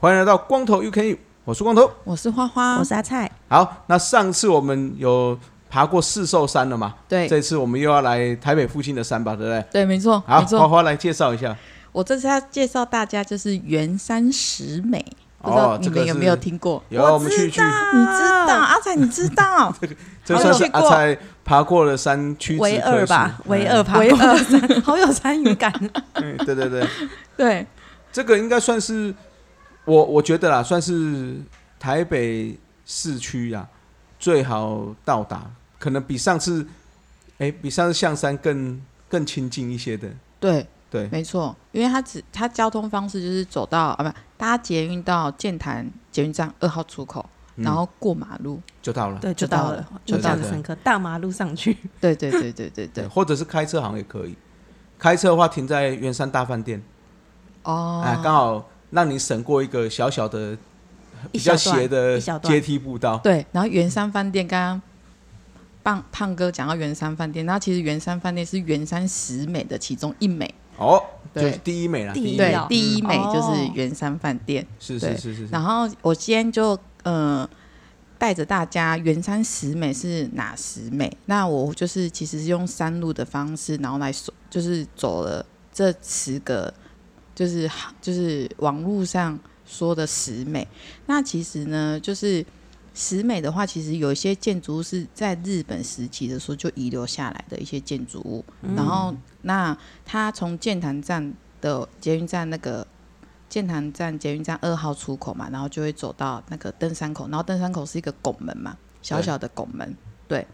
欢迎来到光头 UK，我是光头。我是花花，我是阿菜，好，那上次我们有爬过四兽山了嘛？对这次我们又要来台北附近的山吧，对不对？对，没错，好，没花错。花来介绍一下。我这次要介绍大家就是圆山石美，不知哦道，你这个们是有没有听过？有啊，我们去去，你知道啊阿仔，你知道 这好算有是去阿过才爬过了山区唯二吧，唯二爬唯过二山，好有参与感。嗯，对对对，对，这个应该算是我我觉得啦，算是台北市区啊最好到达，可能比上次哎、比上次象山更更亲近一些的。对，对，没错，因为它只它交通方式就是走到啊，不搭捷运到建潭捷运站二号出口，嗯然后过马路。就到了。 对，就就到到了了，就印到象了深刻。大马路上去，对对对对对对，对，或者是开车好像也可以。开车的话，停在圆山大饭店，哎、哦，刚好让你省过一个小小的、比一较小斜段的一小段阶梯步道。对，然后圆山饭店刚刚。胖胖哥讲到圆山饭店，那其实圆山饭店是圆山十美的其中一美，哦，就是对第一美啦，第第一一美嗯对哦，第一美就是哦圆山饭店。是对是是是是。然后我今天就呃带着大家圆山十美是哪十美？那我就是其实是用山路的方式，然后来走，就是走了这十个，就是就是网络上说的十美。那其实呢，就是十美的话，其实有一些建筑物是在日本时期的时候就遗留下来的一些建筑物。嗯嗯然后，那它从建潭站的捷运站那个建潭站捷运站二号出口嘛，然后就会走到那个登山口，然后登山口是一个拱门嘛，小小的拱门。对。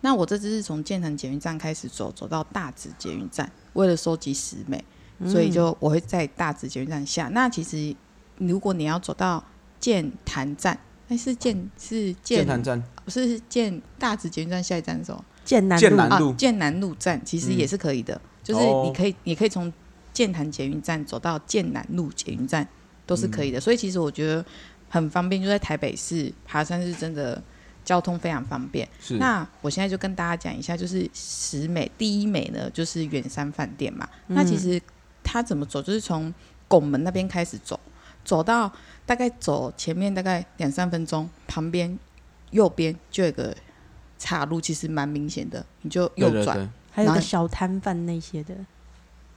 那我这次是从建潭捷运站开始走，走到大直捷运站，为了收集十美，嗯所嗯以就我会在大直捷运站下。那其实如果你要走到建潭站，那是建是建剑潭站不是建大直捷运站下一站是什么？剑南剑路南啊路，建南路站其实嗯也是可以的，就是哦你可以，你可以从建潭捷运站走到建南路捷运站都是可嗯以的，所以其实我觉得很方便，就在台北市爬山是真的交通非常方便。是那我现在就跟大家讲一下，就是十美第一美呢，就是远山饭店嘛。嗯那其实它怎么走，就是从拱门那边开始走，走到大概走前面大概两三分钟，旁边右边就有个岔路，其实蛮明显的，你就对右对转。对，还有然后个小摊贩那些的，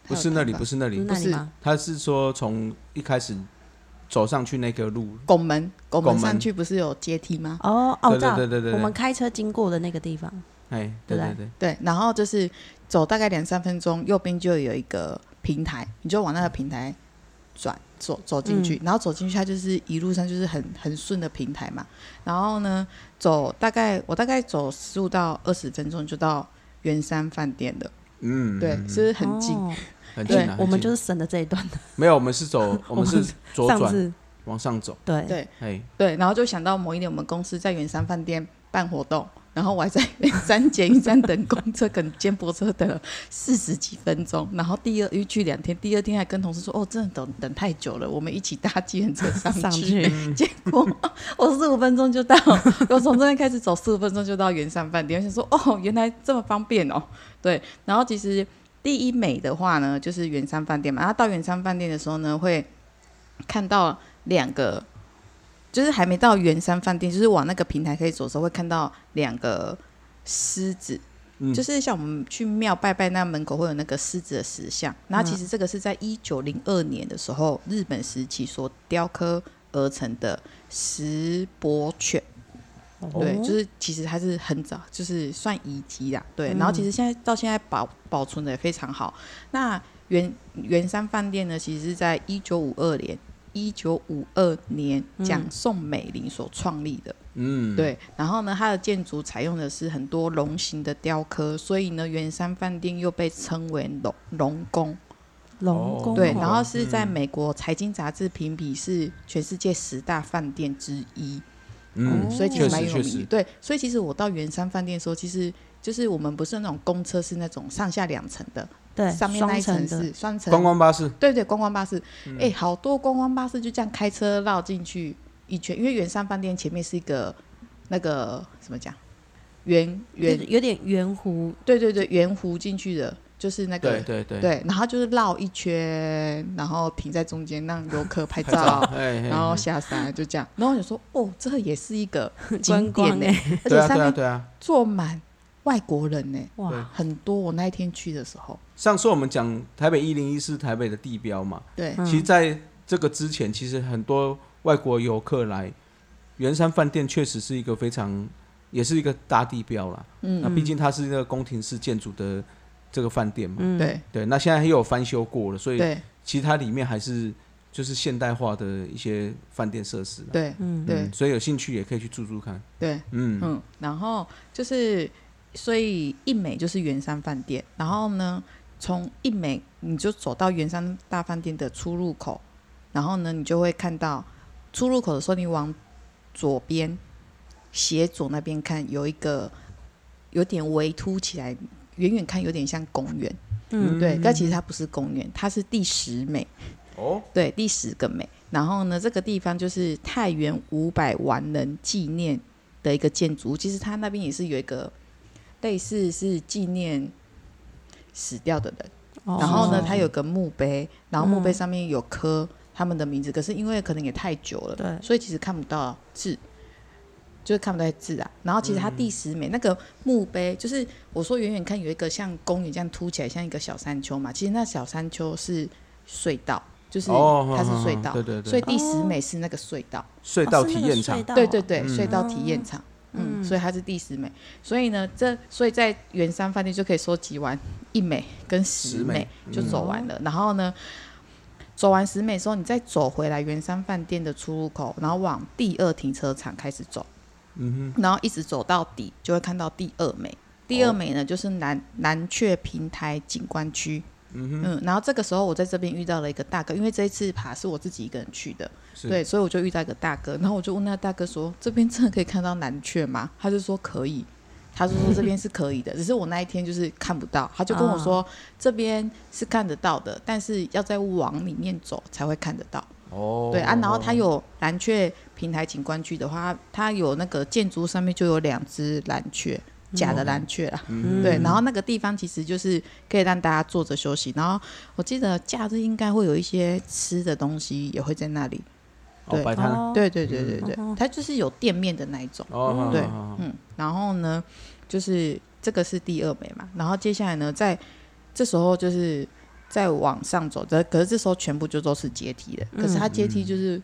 不是那里，不是是那里，那里是吗？他是说从一开始走上去那个路，拱门，拱拱门门上去不是有阶梯吗？哦，哦，我对知道对对对对我们开车经过的那个地方，哎，对对对不对，对，然后就是走大概两三分钟，右边就有一个平台，你就往那个平台转走走进去，然后走进去它就是一路上就是很很顺的平台嘛。然后呢，走大概我大概走十五到二十分钟就到圆山饭店了，嗯，对，嗯是不是很近？哦很近对啊，，我很们近就是省了这一段的。没有，我们是走，我们我们是左上转次往上走，对对哎，对，然后就想到某一年我们公司在圆山饭店办活动，然后我还在圆山捷运站等公车，跟接驳车等了四十几分钟。然后第二因为去两天，第二天还跟同事说：“哦，真的等等太久了，我们一起搭计程车上去。上去结果我四五分钟就到，我从这边开始走四五分钟就到圆山饭店，我想说：“哦，原来这么方便哦。”对，然后其实第一美的话呢，就是圆山饭店嘛。然后到圆山饭店的时候呢，会看到两个，就是还没到圆山饭店，就是往那个平台可以走的时候，会看到两个狮子，嗯就是像我们去庙拜拜那门口会有那个狮子的石像。然后其实这个是在一九零二年的时候，日本时期所雕刻而成的石博犬。对，哦就是其实还是很早，就是算遗迹啦。对，然后嗯其实现在到现在保保存的也非常好。那圆圆山饭店呢，其实是在一九五二年。一九五二年，蒋宋美龄所创立的，嗯，，对。然后呢，它的建筑采用的是很多龙形的雕刻，所以呢，圆山饭店又被称为龙龙宫。龙宫对，哦然后是在美国财经杂志评比是全世界十大饭店之一，嗯，所以其确实蛮实有确名的。实，对，所以其实我到圆山饭店的时候，其实就是我们不是那种公车，是那种上下两层的，对，上面那一层双层的，是双层观光巴士，对对，观光巴士，哎、嗯好多观光巴士就这样开车绕进去一圈，因为圆山饭店前面是一个那个怎么讲，圆有圆，有点圆弧，对对对，圆弧进去的，就是那对个对对，对，然后就是绕一圈，然后停在中间让游客拍拍照，照。哎，然后下山就这样，然后我就说哦，这也是一个景观光点呢、欸而对且啊上对啊面对啊。坐满外国人呢、对哇，很多。我那一天去的时候，上次我们讲台北一零一是台北的地标嘛，对，嗯其实在这个之前，其实很多外国游客来圆山饭店，确实是一个非常，也是一个大地标啦。嗯，那毕竟它是那个宫廷式建筑的这个饭店嘛，嗯，对对。那现在也有翻修过了，所以对其实它里面还是就是现代化的一些饭店设施啦。对嗯，对嗯所以有兴趣也可以去住住看。对，嗯，嗯，然后就是，所以印美就是圆山饭店，然后呢，从印美你就走到圆山大饭店的出入口，然后呢，你就会看到出入口的时候，你往左边斜左那边看，有一个有点微凸起来，远远看有点像公园，嗯对，但其实它不是公园，它是第十美。哦，对，第十个美。然后呢，这个地方就是太原五百万人纪念的一个建筑物，其实它那边也是有一个类似是纪念死掉的人。哦然后呢，是它有个墓碑，然后墓碑嗯上面有刻他们的名字，可是因为可能也太久了，对所以其实看不到字，就是看不到字啊。然后其实它第十美、那个墓碑，就是我说远远看有一个像公园这样凸起来，像一个小山丘嘛。其实那小山丘是隧道，就是哦，它是隧道，对对所以对，第十哦美是那啊个隧道，隧道体验场，对对对，嗯隧道体验场，嗯，嗯所以它是第十美。所以呢，这所以在圆山饭店就可以收集完一美跟十十美美嗯就走完了。然后呢，走完十美之后，你再走回来圆山饭店的出入口，然后往第二停车场开始走，嗯然后一直走到底，就会看到第二美。第哦二美呢，就是南南雀平台景观区，哼，嗯哼，嗯，然后这个时候我在这边遇到了一个大哥，因为这一次爬是我自己一个人去的，是，对，所以我就遇到一个大哥，然后我就问那个大哥说：“这边真的可以看到蓝雀吗？”他就说可以，他就说这边是可以的，只 是我那一天就是看不到。他就跟我说、这边是看得到的，但是要再往里面走才会看得到。哦，对啊，然后它有蓝雀平台景观区的话，它它有那个建筑上面就有两只蓝雀，假的蓝雀啦。嗯， 对，嗯然后那个地方其实就是可以让大家坐着休息，然后我记得假日应该会有一些吃的东西也会在那里，哦，摆摊，哦，对对对对对，嗯它就是有店面的那一种。哦，对好好好嗯，然后呢，就是这个是第二枚嘛，然后接下来呢，在这时候就是再往上走，这可是这时候全部就都是阶梯的，嗯可是它阶梯就是、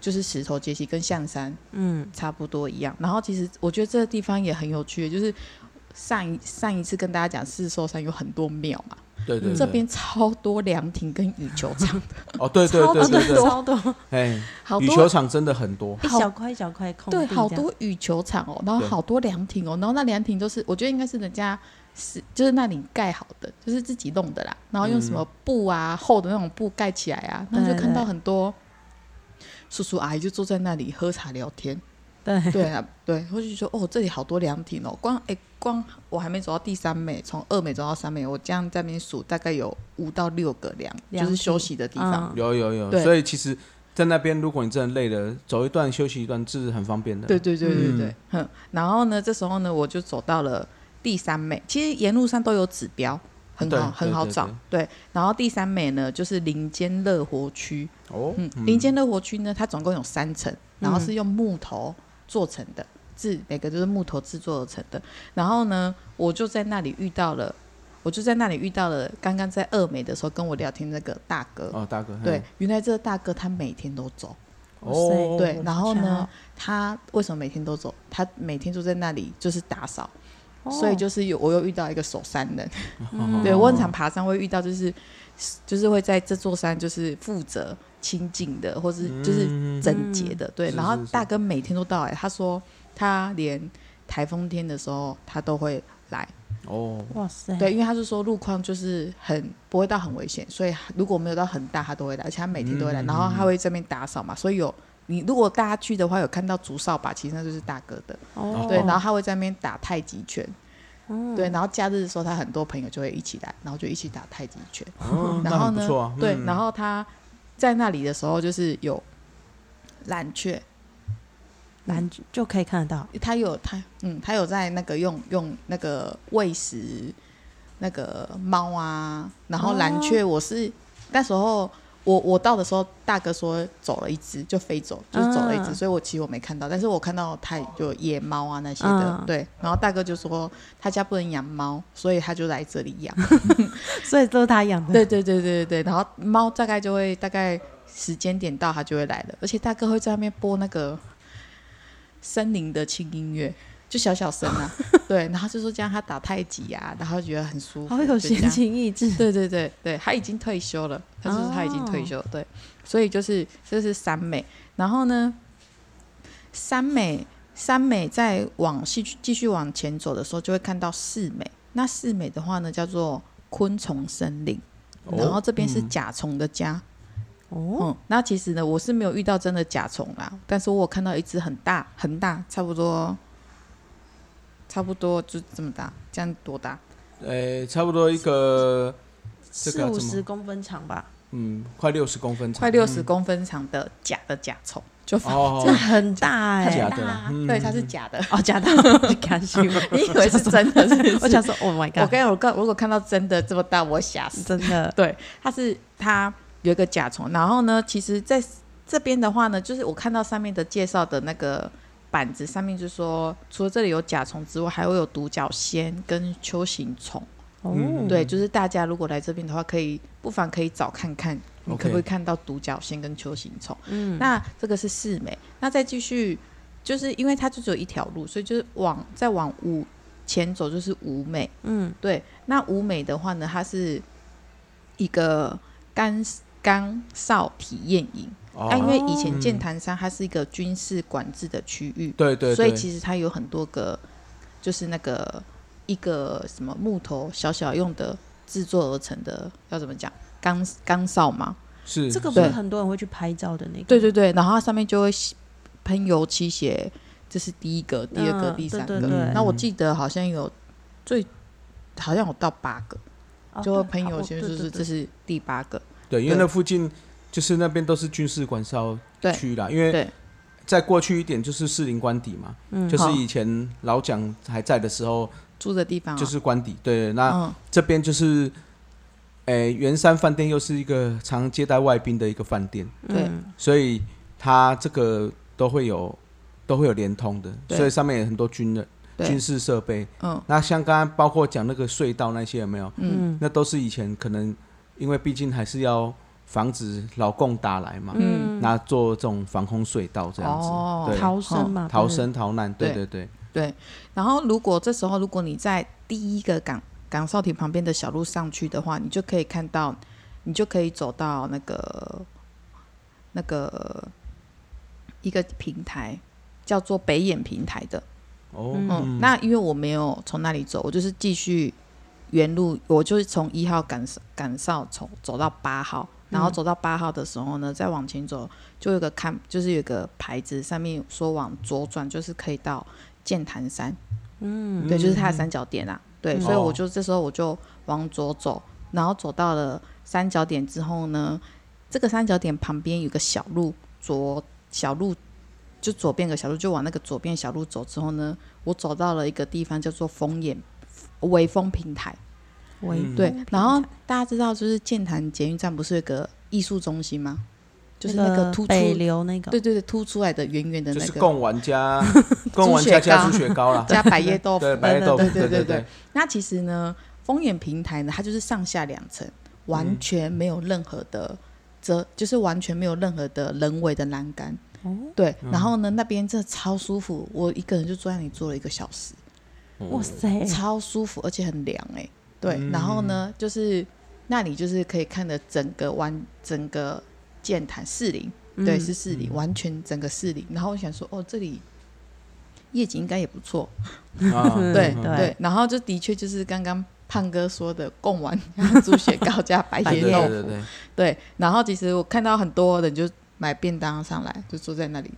就是石头阶梯，跟象山嗯，差不多一样。然后其实我觉得这个地方也很有趣，就是上一上一次跟大家讲四兽山有很多庙嘛，对对，对这边超多凉亭跟羽球 场，哦，对对超对对多对，超多，哎，好羽多球场真的很多，一小块一小块空地对，这样，好多羽球场哦，然后对好多凉亭哦，然后那凉亭都是我觉得应该是人家是就是那里盖好的，就是自己弄的啦，然后用什么布啊、厚的那种布盖起来啊，然后就嗯对看到对很多叔叔阿姨就坐在那里喝茶聊天，对，对啊，对，我就觉得哦，这里好多凉亭哦，光哎光我还没走到第三美，从二美走到三美，我这样在那边数大概有五到六个凉，就凉是亭休息的地方，嗯有有有，对所以其实，在那边如果你真的累了，走一段休息一段，这是很方便的。对，对对对嗯对，哼。然后呢，这时候呢，我就走到了第三美，其实沿路上都有指标，很对好很对好对找。对，然后第三美呢，就是林间乐活区，哦，嗯，林间乐活区呢，它总共有三层，然嗯后是用木头做成的，制每个都是木头制作而成的。然后呢，我就在那里遇到了，我就在那里遇到了刚刚在二美的时候跟我聊天那个大哥。哦，大哥，对嘿，，原来这个大哥他每天都走，哦，对，然后呢巧，他为什么每天都走？他每天都在那里就是打扫，哦所以就是有我又遇到一个守山人， 嗯对我很常爬山会遇到，就是就是会在这座山就是负责清净的，或是就是嗯整洁的，对。是然后是是大哥每天都到来，他说他连台风天的时候他都会来，哦，哇塞，对，因为他是说路况就是很不会到很危险，所以如果没有到很大，他都会来，而且他每天都会来，嗯然后他会这边打扫嘛，所以有你如果大家去的话，有看到竹扫把，其实那就是大哥的。哦对，然后他会在那边打太极拳。嗯对，然后假日的时候，他很多朋友就会一起来，然后就一起打太极拳。哦， 然那后很呢不错啊，对，嗯然后他在那里的时候，就是有蓝雀，嗯蓝嗯就可以看得到，哦他有他嗯，他有在那个用用那个喂食那个猫啊，然后蓝雀我是、那时候我我到的时候，大哥说走了一只就飞走，就是走了一只，嗯所以我其实我没看到，但是我看到他有野猫啊那些的，嗯对，然后大哥就说他家不能养猫，所以他就来这里养，所以都是他养 的。对对对对对，然后猫大概就会大概时间点到它就会来了，而且大哥会在那边播那个森林的轻音乐，就小小声 啊，对，然后就说这样他打太极啊，然后觉得很舒服，好有就这闲样。情逸致。对对对对，他已经退休了，他就是他已经退休了，啊对，所以就是这是三美，然后呢，三美三美再往继续继续往前走的时候，就会看到四美，那四美的话呢叫做昆虫森林。哦然后这边是嗯甲虫的家，哦，嗯那其实呢，我是没有遇到真的甲虫啦，但是我有看到一只很大很大，差不多，差不多就这么大，这样多大？呃，差不多一个这个四要五怎么十公分长吧，嗯，快六十公分长，快六十公分长的假的甲虫，就放哦，这很大假哎的。啦嗯啊对，它是假的， 哦，假的，感谢。你以 为是真的是不是？我想说，Oh my 我 god，跟我刚如果看到真的这么大，我吓死。 真的对，它是它有一个甲虫，然后呢，其实在这边的话呢，就是我看到上面的介绍的那个板子上面就说，除了这里有甲虫之外，还会有独角仙跟球形虫。哦，嗯对，就是大家如果来这边的话，可以不妨可以找看看，你 OK 可不可以看到独角仙跟球形虫。嗯，那这个是四美，那再继续，就是因为它就只有一条路，所以就是往再往五前走就是五美。嗯对，那五美的话呢，它是一个干干少体验营。那、啊因哦，为以前剑嗯潭山它是一个军事管制的区域，对对，所以对其实它有很多个，就是那个一个什么木头小小用的制作而成的，要怎么讲？钢钢哨嘛，是这个不是是很多人会去拍照的那个，对对对，然后它上面就会写喷油漆写，这是第一个、第二个、嗯第对三个。对个对那我记得好像有最好像有到八个，哦就对会喷油哦漆，就对对是对这是第八个。对，因为对那附近就是那边都是军事管哨对区啦，因为对再过去一点就是士林官邸嘛，嗯就是好以前老蒋还在的时候住的地方啊、就是啊官邸，对，那嗯，这边就是。诶，圆山饭店又是一个常接待外宾的一个饭店，对嗯所以它这个都会有都会有连通的，对所以上面有很多军人、军对，事设备。嗯那像刚刚包括讲那个隧道那些有没有？嗯，那都是以前可能因为毕竟还是要防止老共打来嘛，嗯那做这种防空隧道这样子，哦对，逃生嘛，逃不是生逃难，对对对对，然后如果这时候如果你在第一个港港哨亭旁边的小路上去的话，你就可以看到，你就可以走到那个那个一个平台，叫做北眼平台的。哦，嗯，那因为我没有从那里走，我就是继续原路，我就是从一号赶赶上从走到八号，然后走到八号的时候呢，再往前走，就有个看，就是有个牌子上面说往左转，就是可以到剑潭山，嗯，对，就是它的三角点啊，嗯对，所以哦我就这时候我就往左走，然后走到了三角点之后呢，这个三角点旁边有个小路，左小路就左边有个小路，就往那个左边小路走之后呢，我走到了一个地方叫做风眼微风平台，微嗯对风平，然后台大家知道就是剑潭捷运站不是有个艺术中心吗？就是那个突出，北对流那个，对对，凸出来的圆圆的就那是个，供玩 家供玩家加猪血糕啦，加百叶豆腐 对，白豆腐，对对对对对对。那其实呢，风眼平台呢，它就是上下两层，完全没有任何的遮，就是完全没有任何的人为的栏杆。哦对，然后呢，那边真的超舒服，我一个人就坐在那里坐了一个小时，哦哇塞，超舒服，而且很凉哎、对，然后呢，就是那里就是可以看的整个湾，整个剑潭士林，嗯对，是士林，完全整个士林。然后我想说，哦，这里夜景应该也不错，啊， 对嗯对。然后就的确就是刚刚胖哥说的，贡丸加猪血糕加白对 叶对豆嗯对腐对，对对，然后其实我看到很多人就买便当上来，就坐在那里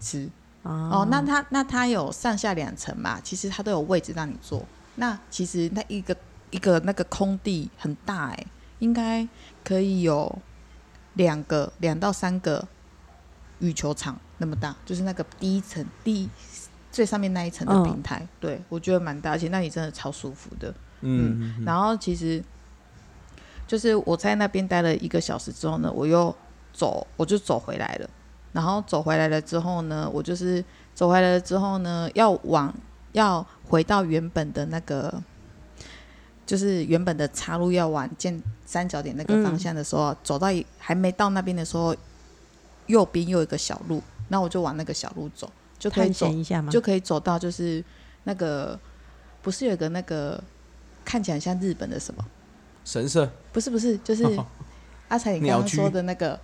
吃。哦哦，那它那它有上下两层嘛，其实它都有位置让你坐。那其实那一个一个那个空地很大哎、应该可以有两个两到三个羽球场那么大，就是那个第一层第一最上面那一层的嗯平台，对我觉得蛮大，而且那里真的超舒服的。嗯，然后其实就是我在那边待了一个小时之后呢，我又走，我就走回来了。然后走回来了之后呢，我就是走回来了之后呢，要往要回到原本的那个，就是原本的岔路，要往建三角点那个方向的时候，啊走到一还没到那边的时候，右边又有一个小路，那我就往那个小路走，就可以探走险一下吗？就可以走到就是那个不是有一个那个看起来像日本的什么？神社不是不是，就是哦阿才你刚鸟刚居说的那个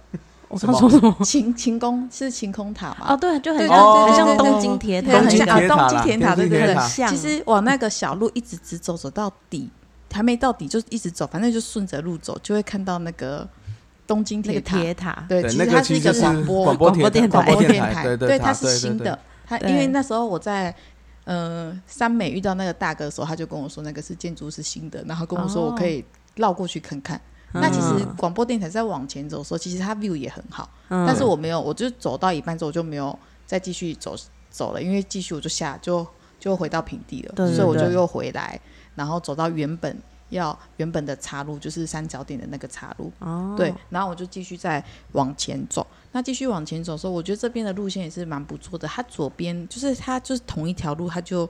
我什刚么说什么？晴晴宫是晴空塔哦，嘛？对，就很对像对很对像对对东京铁对塔很那京像个，铁塔啦，啊东京铁塔东京对对铁对塔很像。其实往那个小路一直直走，走到底还没到底，就是一直走，反正就顺着路走，就会看到那个东京那铁个塔。铁塔，对，对，其那实个它是其一实个是广播播广播电电广台播电台，对对，它它是新的。。它对因为那时候我在呃三美遇到那个大哥的时候，他就跟我说那个是建筑是新的，然后跟我说哦我可以绕过去看看。那其实广播电台在往前走的时候，其实它 view 也很好，嗯，但但是我没有，我就走到一半之后我就没有再继续走走了，因为继续我就下就就回到平地了，对对所以我就对又回来，然后走到原本要原本的岔路，就是三角点的那个岔路。哦，对，然后我就继续再往前走。那继续往前走的时候，我觉得这边的路线也是蛮不错的。它左边就是它就是同一条路，它就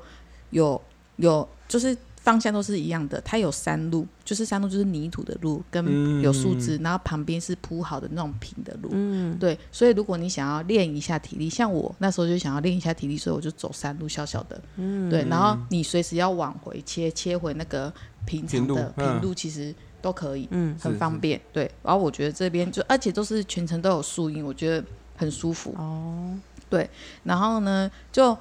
有有就是方向都是一样的。它有山路，就是山路就是泥土的路跟有嗯树枝，然后旁边是铺好的那种平的路。嗯，对，所以如果你想要练一下体力，像我那时候就想要练一下体力，所以我就走山路小小的，嗯，对，然后你随时要往回切，切回那个平常平路的嗯平路，其实都可以，嗯，很是方是便，对。然后我觉得这边就而且都是全程都有树荫，我觉得很舒服。哦，然后呢，就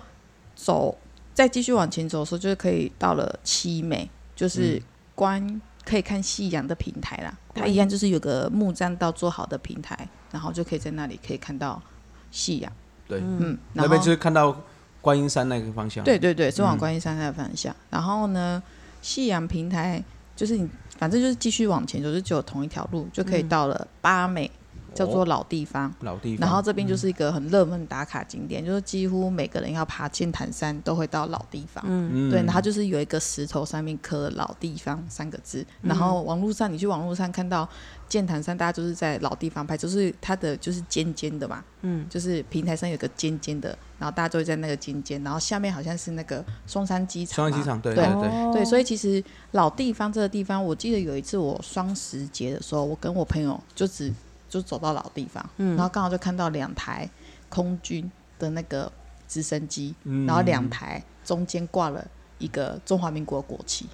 走，再继续往前走的时候，就可以到了七美，嗯就是观、可以看夕阳的平台啦。它一样就是有个木栈道做好的平台，然后就可以在那里可以看到夕阳。对嗯，那然后边就是看到观音山那个方向。对，对对，是往嗯观音山那个方向。然后呢，夕阳平台就是你，反正就是继续往前走，就只有同一条路，就可以到了八美，叫做老地方。老哦地方。然后这边就是一个很热门打卡景点，就是几乎每个人要爬剑潭山都会到老地方。嗯，嗯对，然后就是有一个石头上面刻“老地方”三个嗯字，然后网络上你去网络上看到剑潭山，大家就是在老地方拍，就是它的就是尖尖的嘛，嗯，就是平台上有个尖尖的，然后大家就会在那个尖尖，然后下面好像是那个松山机场双嘛，安机场，对对哦对，对，所以以其实老地方这个地方，我记得有一次我双十节的时候，我跟我朋友就只就走到老地方，嗯然后刚好就看到两台空军的那个直升机，嗯然后两台中间挂了。一个中华民国国旗，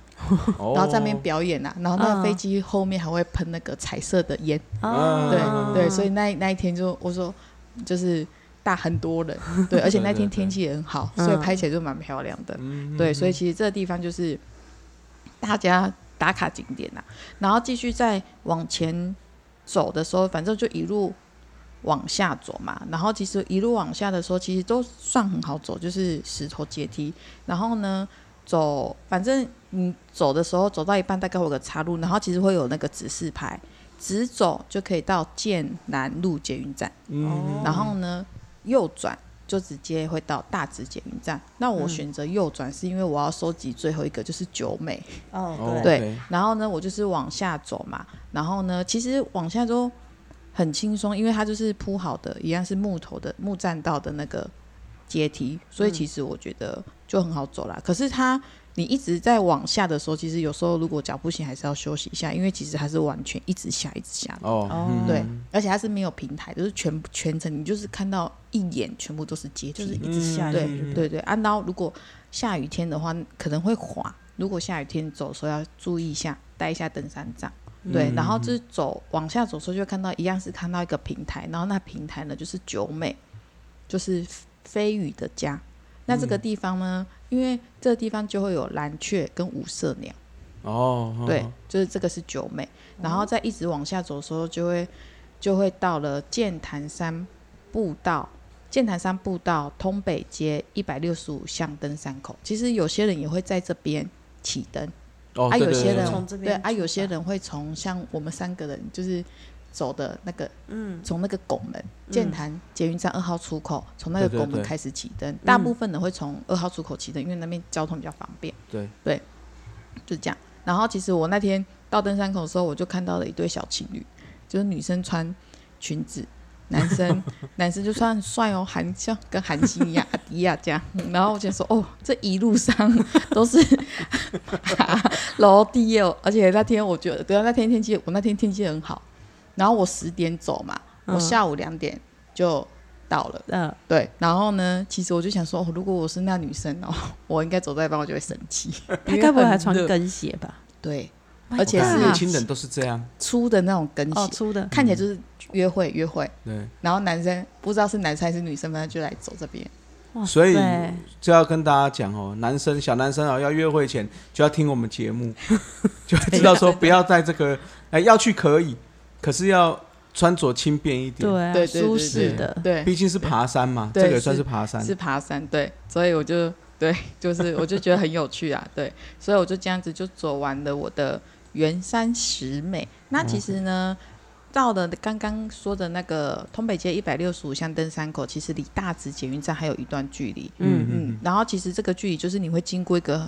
哦然后在那边表演啊，然后那个嗯飞机后面还会喷那个彩色的烟，嗯对哦嗯对，所以那一那一天就我说就是大很多人，对，而且对那对对天天气也很好，所以嗯拍起来就蛮漂亮的。嗯对，所以其实这个地方就是大家打卡景点呐、然后继续再往前走的时候，反正就一路往下走嘛。然后其实一路往下的时候，其实都算很好走，就是石头阶梯。然后呢，走，反正你走的时候走到一半，大概会有个岔路，然后其实会有那个指示牌，直走就可以到剑南路捷运站。嗯哦然后呢，右转就直接会到大直捷运站。那嗯我选择右转是因为我要收集最后一个，就是九美。哦哦对对然后呢，我就是往下走嘛。然后呢，其实往下走很轻松，因为它就是铺好的，一样是木头的木栈道的那个阶梯，所嗯以其实我觉得就很好走啦。可是它你一直在往下的时候，其实有时候如果脚不行，还是要休息一下，因为其实它是完全一直下一直下的。哦嗯对，而且它是没有平台，就是全全程你就是看到一眼全部都是阶梯，就是一直下去，嗯对对对。啊，然后如果下雨天的话，可能会滑。如果下雨天走的时候要注意一下，带一下登山杖。嗯嗯对，然后就是走往下走的时候，就会看到一样是看到一个平台，然后那平台呢就是九美，就是飞羽的家。那这嗯个地方呢，因为这个地方就会有蓝雀跟五色鸟。哦对，就是这个是嗯九美，然后再一直往下走的时候，就会就会到了剑潭山步道、剑潭山步道、通北街一百六十五巷登山口。其实有些人也会在这边起登，哦，啊，对有对些对人对从这对边啊，有出些发人会从像我们三个人就是走的那个，嗯，从那个拱门剑潭捷运站二号出口，从那个对对拱门对嗯开始起登。大部分人会从二号出口起登，因为那边交通比较方便。对对，就这样。然后其实我那天到登山口的时候，我就看到了一对小情侣，就是女生穿裙子，男 生男生就穿很帅哦，韩像跟韩星一样，阿迪亚这样。然后我就说，哦，这一路上都是楼梯哦，而且那天我觉得，对啊，那天天气，我那天天气很好，然后我十点走嘛，我嗯下午两点就到了。呃，对，然后呢，其实我就想说，哦，如果我是那女生哦，我应该走在一半，我就会生气。因他为该不会还很穿热跟鞋吧？对 My 而且我看是年轻人都是这样，粗的那种跟鞋，哦粗的，看起来就是约会约会。对，然后男生不知道是男生还是女生，反正就来走这边。哇所以塞就要跟大家讲哦，男生小男生哦，要约会前就要听我们节 目，就会知道说不要在这个，哎，要去可以，可是要穿着轻便一点，对啊对对对舒适的，对，毕竟是爬山嘛，对这个也算是爬山，是爬山，对，所以我就对，就是我就觉得很有趣啊， 对，所以我就这样子就走完了我的圆山十美。那其实呢，到了刚刚说的那个通北街一百六十五巷登山口，其实离大直捷运站还有一段距离。嗯嗯嗯，然后其实这个距离就是你会经过一个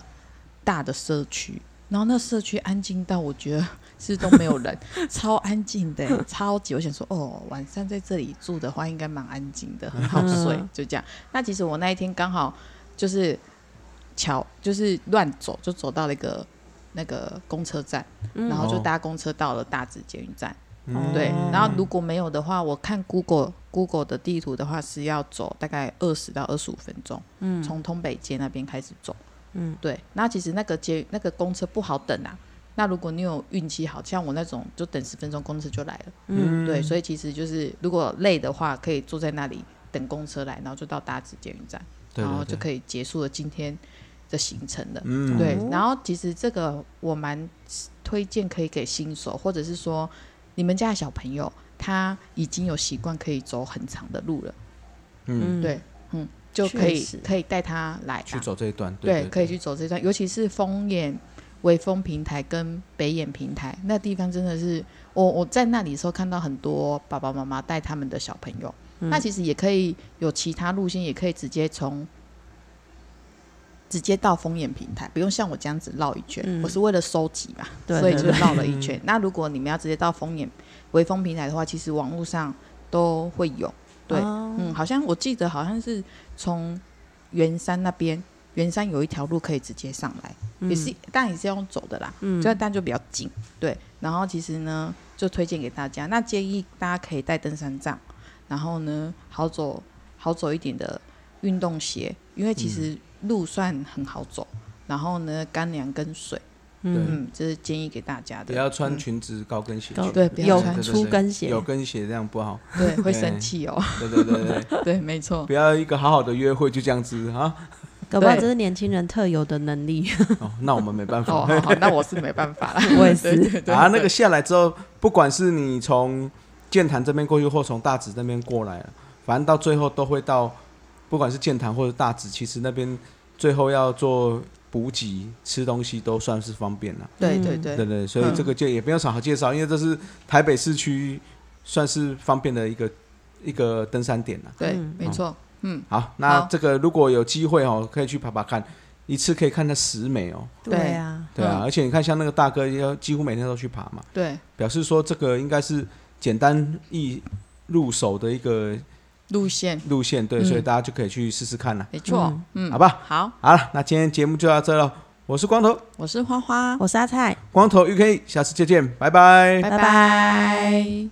大的社区，然后那社区安静到我觉得是都没有人，超安静的欸，超级。我想说，哦，晚上在这里住的话，应该蛮安静的，很好睡，嗯就这样。那其实我那一天刚好就是巧，就是乱走，就走到了一个那个公车站，嗯然后就哦搭公车到了大直捷运站。嗯对哦，然后如果没有的话，我看 Google Google 的地图的话是要走大概二十到二十五分钟，嗯，从通北街那边开始走，嗯，对。那其实那个街那个公车不好等啊，那如果你有运气好，像我那种就等十分钟公车就来了，嗯对。所以其实就是如果累的话，可以坐在那里等公车来，然后就到大直捷运站，对然后对就对，可以结束了今天的行程了。嗯对哦，然后其实这个我蛮推荐可以给新手，或者是说你们家的小朋友他已经有习惯可以走很长的路了，嗯，对就可以确实可以带他来去打，走这一段，对对，可以去走这段，尤其是丰眼微风平台跟北眼平台那地方真的是，我我在那里的时候看到很多爸爸妈妈带他们的小朋友，嗯那其实也可以有其他路线，也可以直接从。直接到丰眼平台，不用像我这样子绕一圈。嗯我是为了收集嘛，对所以对就对绕了一圈。那如果你们要直接到丰眼微风平台的话，其实网络上都会有。对哦嗯，好像我记得好像是从圆山那边，圆山有一条路可以直接上来，嗯也是但也是用走的啦，嗯就但就比较近，对。然后其实呢，就推荐给大家，那建议大家可以带登山杖，然后呢，好走好走一点的运动鞋，因为其嗯实路算很好走，然后呢，干粮跟水，对，嗯，这是建议给大家不的。要穿嗯裙子高跟鞋去，高对不要有穿粗跟鞋有，跟鞋这样不好，嗯对，会对生气哦。 对对对对，对对，没错不。要一个好好的约会就这样子啊，搞不好对这是年轻人特有的能 力。哦，那我们没办哦，法，好好，那我是没办法啦。 我也是 对对对啊，那对个下来之后，不管是你从剑潭这边过去，或从大直那边过来，反正到最后都会到，不管是剑潭或者大直，其实那边最后要做补给、吃东西都算是方便了。对嗯对对对对对，所以嗯这个介也没有啥好介绍，因为这是台北市区算是方便的一个一个登山点了。对嗯，没错，嗯，好，那好这个如果有机会哦，可以去爬爬看，一次可以看到十美哦。对啊，对啊，嗯而且你看，像那个大哥，要几乎每天都去爬嘛。对，表示说这个应该是简单易入手的一个路线路线，对，嗯所以大家就可以去试试看了，没错，嗯，好吧？好，好了，那今天节目就到这了，我是光头，我是花花，我是阿菜。光头 UK，下次再见，拜拜。拜拜拜。